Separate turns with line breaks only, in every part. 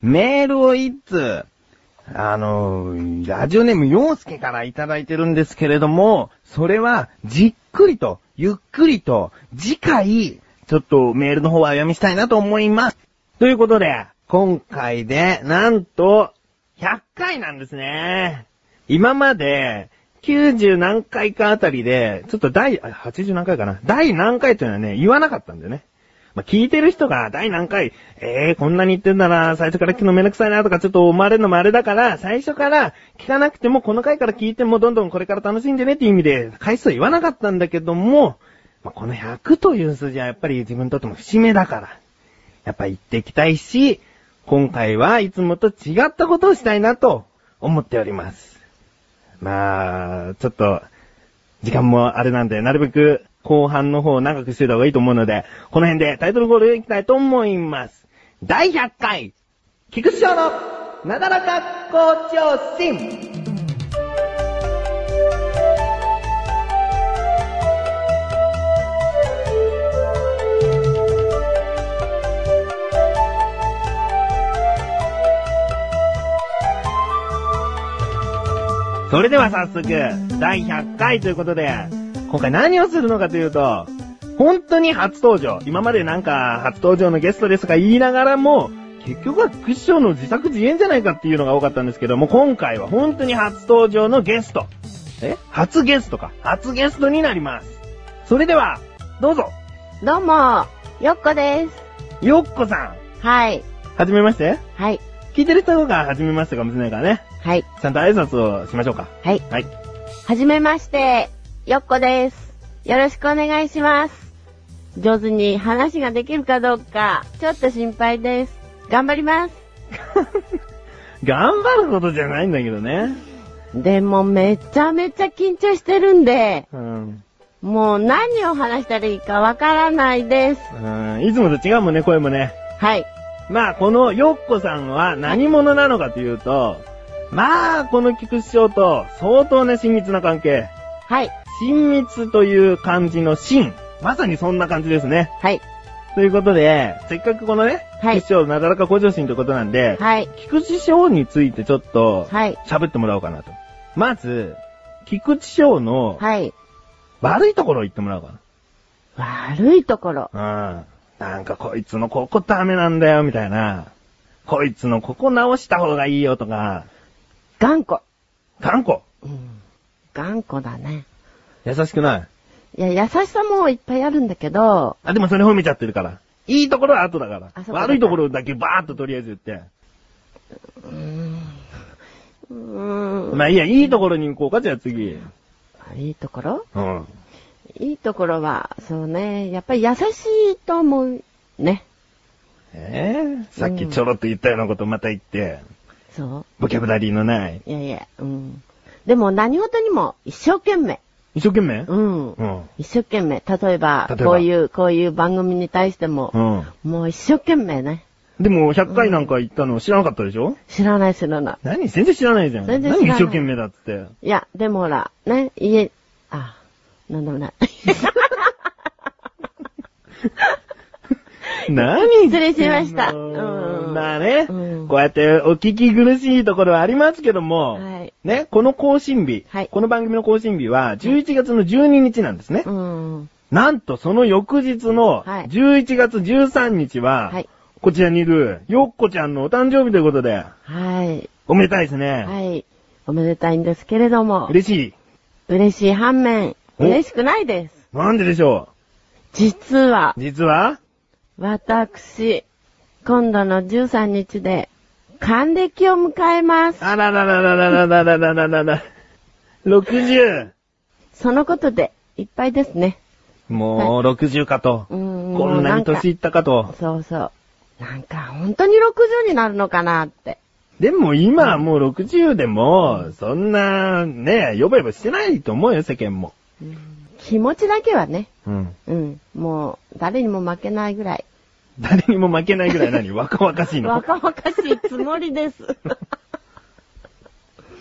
メールを一通、あの、ラジオネーム陽介からいただいてるんですけれども、それはじっくりと、ゆっくりと、次回、ちょっとメールの方はお読みしたいなと思います。ということで、今回で、なんと、100回なんですね。今まで、90何回かあたりで、ちょっと第、あ80何回かな第何回というのはね、言わなかったんだよね。まあ、聞いてる人が第何回、えー、こんなに言ってんだな、最初から聞くのめんどくさいなとかちょっと思われるのもあれだから、最初から聞かなくても、この回から聞いてもどんどんこれから楽しんでねっていう意味で、回数は言わなかったんだけども、まあ、この100という数字はやっぱり自分にとっても節目だから、やっぱ言っていきたいし、今回はいつもと違ったことをしたいなと思っております。まあ、ちょっと、時間もあれなんで、なるべく後半の方を長くしてた方がいいと思うので、この辺でタイトルコールいきたいと思います。第100回、菊池翔のなだらか校長心それでは早速、第100回ということで、今回何をするのかというと、本当に初登場。今までなんか、初登場のゲストですとか言いながらも、結局はクッションの自作自演じゃないかっていうのが多かったんですけども、今回は本当に初登場のゲスト。え初ゲストか。初ゲストになります。それでは、どうぞ、
どうも、よっこです。
よっこさん。
はい。
はじめまして。
はい。
聞いてる人がはじめましてかもしれないからね。
はい。
ちゃんと挨拶をしましょうか。
はい。
はい。
はじめまして、よっこです。よろしくお願いします。上手に話ができるかどうか、ちょっと心配です。頑張ります。
頑張ることじゃないんだけどね。
でもめちゃめちゃ緊張してるんで、
うん。
もう何を話したらいいかわからないです。
うん。いつもと違うもんね、声もね。
はい。
まあ、このヨッコさんは何者なのかというと、まあ、この菊師匠と相当な親密な関係。
はい。
親密という漢字の親。まさにそんな感じですね。
はい。
ということで、せっかくこのね、
はい
菊師匠なだらか向上心ということなんで、
はい。
菊池賞についてちょっと、
はい。
喋ってもらおうかなと。まず、菊池賞の
はい。
悪いところを言ってもらおうか
悪いところ。
な。うん。なんかこいつのここダメなんだよ、みたいな。こいつのここ直した方がいいよとか、
頑固。
頑固。
うん。頑固だね。
優しくない。
いや、優しさもいっぱいあるんだけど、
あ、でもそれ褒めちゃってるから。いいところは後だから
あ。そうか
悪いところだけバーっととりあえず言って。
うーん。うーん。
まあいいや、いいところに行こうか、じゃあ次。
いいところ
うん。
いいところは、そうね、やっぱり優しいと思う。ね。
えー、さっきちょろっと言ったようなことまた言って、
そ
ボキャブラリーのない。
ういやいや、うん。でも何事にも一生懸命。
一生懸命
うん。
うん。
一生懸命。例えば
例えば
こういう、こういう番組に対しても、
うん。
もう一生懸命ね。
でも、100回なんか行ったの知らなかったでしょ、
知らない知らな
何全然知らないじゃん。
全然知ら
何
ない
一生懸命だっつって。
い。いや、でもほら、ね、家、あ、なんで もない。
何
失礼しました
うん
うん
まあね、
うん
こうやってお聞き苦しいところはありますけども、
はい
ね、この更新日、
はい
この番組の更新日は11月の12日なんですね。
うん。
なんとその翌日の
はい
11月13日は、
はい
こちらにいるよっこちゃんのお誕生日ということで、
はい。
おめでたいですね。
はい。おめでたいんですけれども、
嬉しい。
嬉しい反面、
お
嬉しくないです。
なんででしょ
実は
う、実は
私、今度の13日で、還暦を迎えます。
あららららららららららら ら。60!
そのことで、いっぱいですね。
もう60かと。
うーん。
こんなに年いったか
もうな
と
んか。そうそう。なんか、本当に60になるのかなって。
でも今はもう60でも、そんな、ね、呼ば呼ばしてないと思うよ、世間も。
気持ちだけはね、
うん。
うん。もう、誰にも負けないぐらい。
誰にも負けないぐらい 何若々しいの。
若々しいつもりです。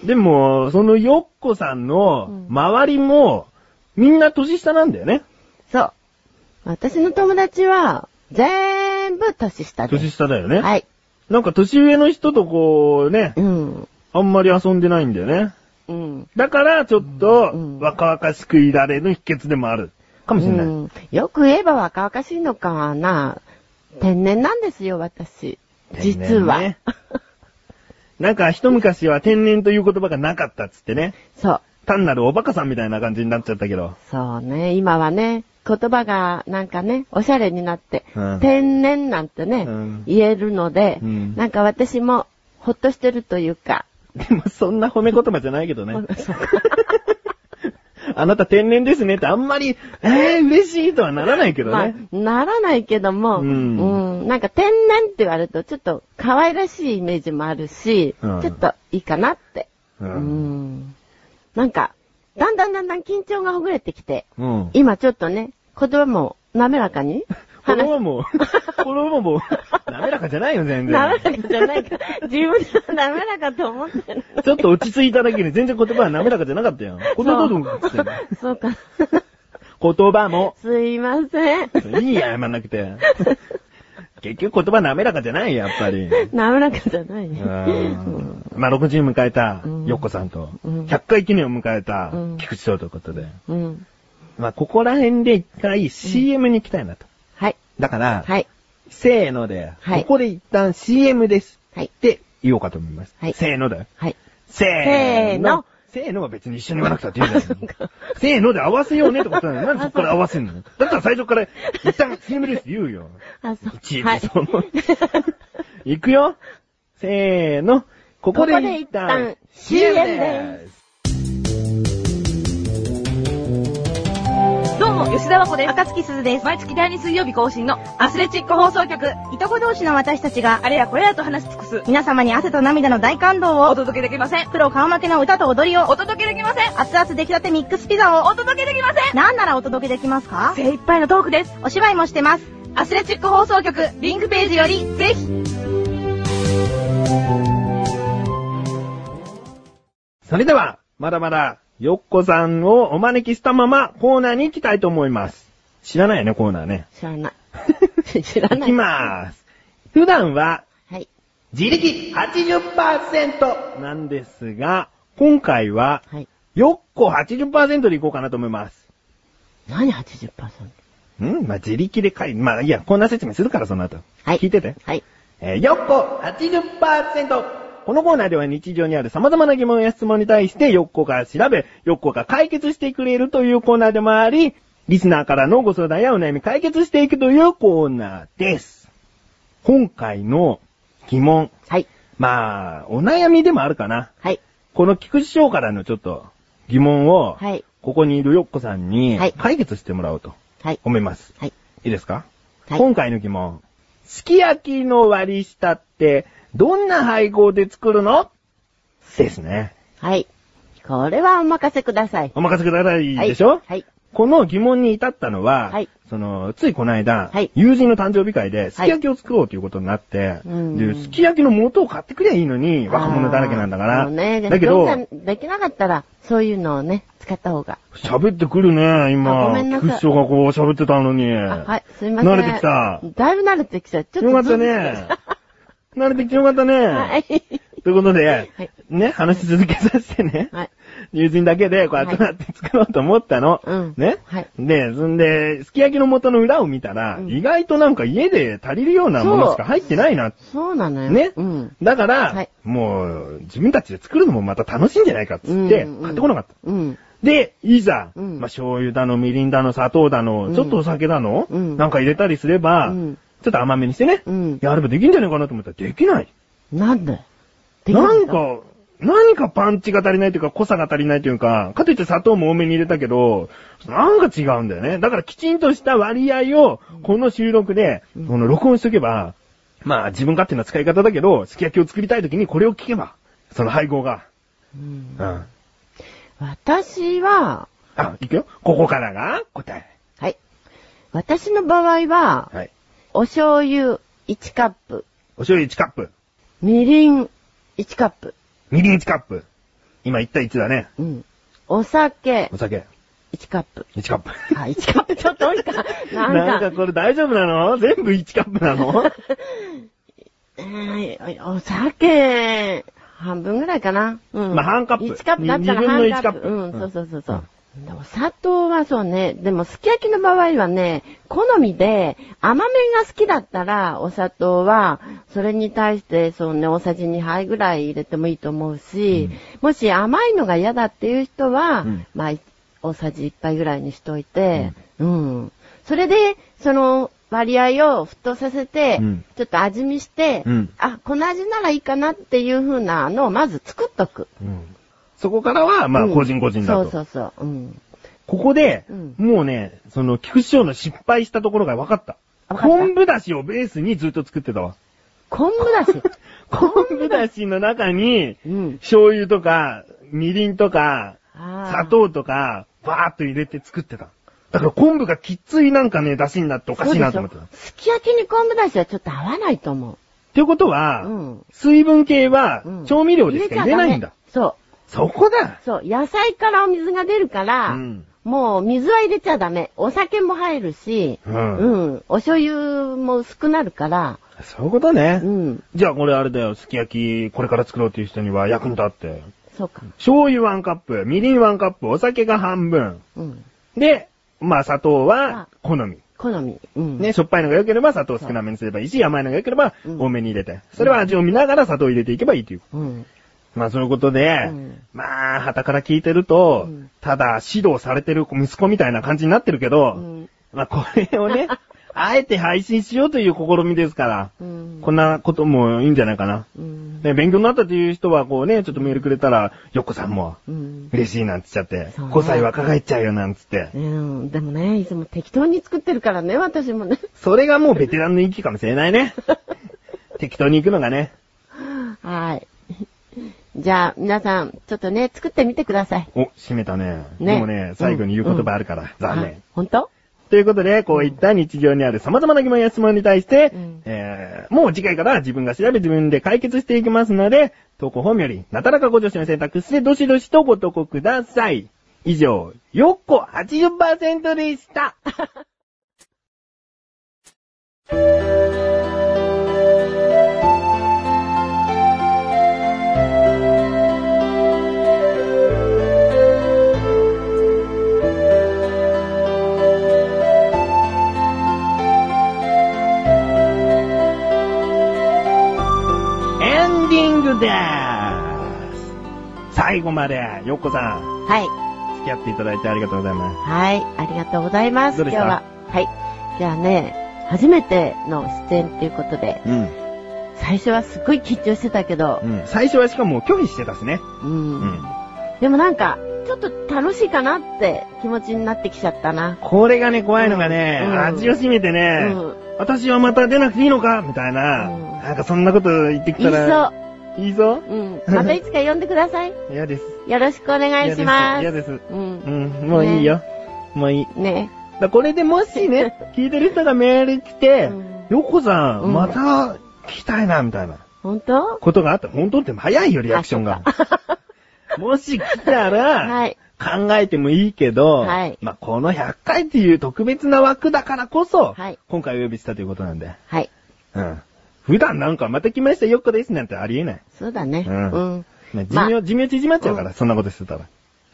でも、そのヨッコさんの周りも、みんな年下なんだよね。
そう。私の友達は、全部年下です。
年下だよね。
はい。
なんか年上の人とこうね、
うん。
あんまり遊んでないんだよね。
うん。
だから、ちょっと
うん、
若々しくいられる秘訣でもある。かもしれない。
うんよく言えば若々しいのかな。天然なんですよ、私。
天然ね
実は。
なんか、一昔は天然という言葉がなかったっつってね。
そう。
単なるおバカさんみたいな感じになっちゃったけど。
そうね。今はね、言葉がなんかね、おしゃれになって、
うん
天然なんてね、
うん
言えるので、
うん
なんか私もほっとしてるというか、
でも、そんな褒め言葉じゃないけどね。
そう
あなた天然ですねってあんまり、えー、嬉しいとはならないけど
まあ
ね。、
ならないけども、
うん
うんなんか天然って言われるとちょっと可愛らしいイメージもあるし、
うん
ちょっといいかなって、
う。
うんんなんか、だんだんだんだん緊張がほぐれてきて、
うん。
今ちょっとね、言葉も滑らかに
この
話
まも、このまも、滑らかじゃないよ、全然。
滑らかじゃないか。自分では滑らかと思ってる。
ちょっと落ち着いただけに全然言葉は滑らかじゃなかったよ。言葉も、
そうか。
言葉 も、
すいません。
いいや、謝んなくて。結局言葉滑らかじゃないよやっぱり。
滑らかじゃないうね。
んまあ、60迎えた
う、ん
ヨッコさんと、
うん
100回記念を迎えた
うん、
菊池翔ということで、
うん。
まあ、ここら辺で一回 CM に行きたいなと。
はい。
だから、
はい。
せーので、
はい
ここで一旦 CM です
はい。
って言おうかと思います。
はい
せーのだよ。
はい。
せーの。せーのは別に一緒に言わなくたっていいじゃん。 せーので合わせようねってことなのになんでそこから合わせんのだったら最初から一旦 CM ですって言うよ。
あ、そう。
一
はい
部。その、 いくよ。せーの。ここ
ここで
で
一
一
旦
旦
CM
CM
で
です。
どうも、吉田和子です。赤月鈴です。毎月第2水曜日更新のアスレチック放送局。
いとこ同士の私たちが、
あれやこれやと話し尽くす。
皆様に汗と涙の大感動
お
を、
届けできません。
プロ顔負けの歌と踊りを、
お届けできません。
熱々出来立てミックスピザを、
お届けできませ
なんならお届けできますか
ん。精一杯のトークです。
お芝居もしてます。
アスレチック放送局、リンクページより、ぜひ。
それでは、まだまだ、よっこさんをお招きしたままコーナーに行きたいと思います。知らないよね、コーナーね。
知らない。知ら
行
な
き
い。
まーす。普段は、
はい。
自力80%なんですが、今回は、
はい。
よっこ80%でいこうかなと思います。
何80%?
んまあ、自力でかい。まあ、いいや、こんな説明するから、その後。
はい
聞いてて。
はい。
えー、よっこ80%このコーナーでは日常にある様々な疑問や質問に対して、よっこが調べ、よっこが解決してくれるというコーナーでもあり、リスナーからのご相談やお悩み解決していくというコーナーです。今回の疑問。
はい。
まあ、お悩みでもあるかな。
はい。
この菊池翔からのちょっと疑問を、
はい。
ここにいるよっこさんに
はい
解決してもらおうと
はい。
思います。
はい。
いいですか、
はい
今回の疑問。すき焼きの割り下って、どんな配合で作るのですね。
はい。これはお任せください。
お任せください
はい。
でしょ、
はい。
この疑問に至ったのは、
はい
その、ついこの間、
はい
友人の誕生日会で、すき焼きを作ろうということになって、
うん
で、すき焼きの元を買ってくりゃいいのに、若者だらけなんだか
あー
ら。
そうね。
だけど、
でもそんなできなかったら、そういうのをね、使った方が。
喋ってくるね、
あ
今。
ごめんなさい
クッションがこう喋ってたのに。
あはい。すいません。
慣れてきた。
だいぶ慣れてきた。ちょっと。
よかった。ね。慣れてきてよかったね。
はい。
ということで、
はい
ね、話し続けさせてね。
はい。
友人だけで、こう集まって作ろうと思ったの。
うん
ね。
はい
で、そんで、すき焼きの元の裏を見たら、
うん
意外となんか家で足りるようなものしか入ってないな。
そうなのよ。
ね
うん。
だから、
はい
もう、自分たちで作るのもまた楽しいんじゃないかっつって、
うんうん
買ってこなかった。
うん。
で、いざ、
うん
まあ、醤油だの、みりんだの、砂糖だの、
うん
ちょっとお酒だの、
うん
なんか入れたりすれば、
うん
ちょっと甘めにしてね、
うん
やればできんじゃないかなと思ったら、できない。
なんででき
な
の
んか、何かパンチが足りないというか、濃さが足りないというか、かといって砂糖も多めに入れたけど、なんか違うんだよね。だからきちんとした割合を、この収録で、
うん
この録音しとけば、まあ自分勝手な使い方だけど、すき焼きを作りたい時にこれを聞けば、その配合が。
うん
うん。
私は、
あ、いくよ。ここからが答え。
はい。私の場合は、
はい。
お醤油1カップ、
お醤油1カップ。
みりん1カップ、
みりん1カップ。今1対1だね。
うん。お酒
お酒。
1カップ。
1カップ。
あ、1カップちょっと多いか。なんか、
なんかこれ大丈夫なの全部1カップなの
えー、お酒、半分ぐらいかな。うん。
まあ半カップ
1カップだったら半
二分の一カップ
うん、
う
そ
ん
うそうそうそう。でも砂糖はそうね、でもすき焼きの場合はね、好みで甘めが好きだったらお砂糖は、それに対してそうね、大さじ2杯ぐらい入れてもいいと思うし、もし甘いのが嫌だっていう人は、
うん
まあ、大さじ1杯ぐらいにしといて、うん。それで、その割合を沸騰させて、
うん
ちょっと味見して、
うん
あ、この味ならいいかなっていう風なのをまず作っとく。
うん。
そこからは、まあ、
うん
個人個人だと。
そうそうそう。うん。
ここで、
うん
もうね、その、菊師匠の失敗したところが分かった。
分かった
昆布だしをベースにずっと作ってた わ。
昆布だ し。
昆布だしの中に、
うん。
醤油とか、みりんとか、
あー
砂糖とか、バーっと入れて作ってた。だから昆布がきっついなんかね、出汁になっておかしいなと思ってた。っ
そうでしょすき焼きに昆布だしはちょっと合わないと思
ていうこと
う。
は、
うん。
水分系は
うん
調味料でしか入れないんだ。
ちゃダメ。
そこだ
そう。そう。野菜からお水が出るから、
うん
もう水は入れちゃダメ。お酒も入るし、
うん
うん。お醤油も薄くなるから、
そういうことね
うん。
じゃあこれあれだよ、すき焼きこれから作ろうっていう人には役に立って。
そうか。
醤油1カップ、みりん1カップ、お酒が半分。
うん。
で、まあ砂糖は好み。
好み。うん。
ね、しょっぱいのが良ければ砂糖少なめにすればいいし、甘いのが良ければ
うん
多めに入れて。それは味を見ながら砂糖を入れていけばいいという。
うん。
まあそういうことで、
うん
まあ、旗から聞いてると、
うん
ただ指導されてる息子みたいな感じになってるけど、
うん
まあこれを ね、あえて配信しようという試みですから、
うん。
こんなこともいいんじゃないかな。
うん。
ね、勉強になったという人はこうね、ちょっとメールくれたら、よっこさんも
うん。
嬉しいなんつっちゃって、
そうね
5歳若返っちゃうよなんつって。
うん。でもね、いつも適当に作ってるからね、私もね。
それがもうベテランの域かもしれないね。適当に行くのがね。
はい。じゃあ、皆さん、ちょっとね、作ってみてください。
お、締めたね。
ね
でもね、最後に言う言葉あるから、残念
あ。本当
ということで、こういった日常にある様々な疑問や質問に対して、
うん
えー、もう次回から自分が調べ自分で解決していきますので、投稿本より、なだらかご助手の選択肢でどしどしとご投稿ください。以上、よっこ80%で した。エンディングでーす。最後まで、よっこさん、
はい。
付き合っていただいてありがとうございます。
はい。ありがとうございます。
どう
今
でし
日
た
は。はい。じゃあね、初めての出演っていうことで、
うん。
最初はすっごい緊張してたけど、
うん。
最初はしかも拒否してたしね。
うん。
うん。
でもなんか、ちょっと楽しいかなって気持ちになってきちゃったな。
これがね、怖いのがね、
うん
味を占めて
う
ね、
ん。
私はまた出なくていいのかみたいな、
うん
なんかそんなこと言ってき
い
た
っ
ら、
そ。
いいぞ
うん。またいつか呼んでください。
嫌です。
よろしくお願いしま
嫌
す。
です。嫌です
う。
うんん、もういいよ。もういい。
ね。
だこれでもしね、聞いてる人がメール来て、
うん
よこさん、
うん
また聞きたいな、みたいな
本当
ことがあった。本当って早いよ、リアクションが。 もし来た
は
ら、
い。
考えてもいいけど、
はい
まあ、この100回っていう特別な枠だからこそ、
はい
今回お呼びしたということなんで。
はい。
うん。普段なんかまた来ましたよっこですなんてありえない。
そうだね。
う
うんん。
まあ寿
ま
命、
あ
寿命縮まっちゃうから、そんなことしてたら。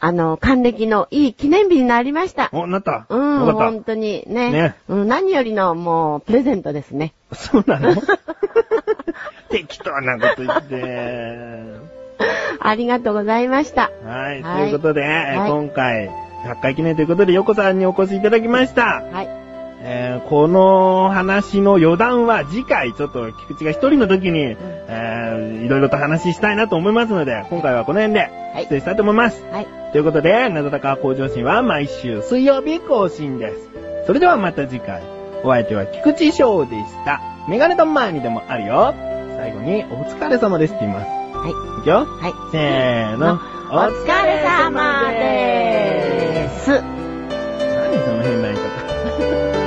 あの、還暦のいい記念日になりました。
お、なった。
うん、
よか
本
っ
当にね
ね
うん。何よりのもう、プレゼントですね。
た。そうなの適当なこと言って。
ありがとうございました。
はい、
はい
ということで、
はい
今回、100回記念ということで、ヨコさんにお越しいただきました。
はい。
えーこの話の余談は次回、ちょっと菊池が一人の時に、えーいろいろと話したいなと思いますので、今回はこの辺で、
い
失礼したいと思います。
はい。
ということで、なだらか向上心は毎週水曜日更新です。それではまた次回。お相手は菊池翔でした。メガネとマーニでもあるよ。最後に、お疲れ様ですって言います。。
はい
いくよ。
はい。
せーの。
お疲れ様でーす。
何その変な言い方。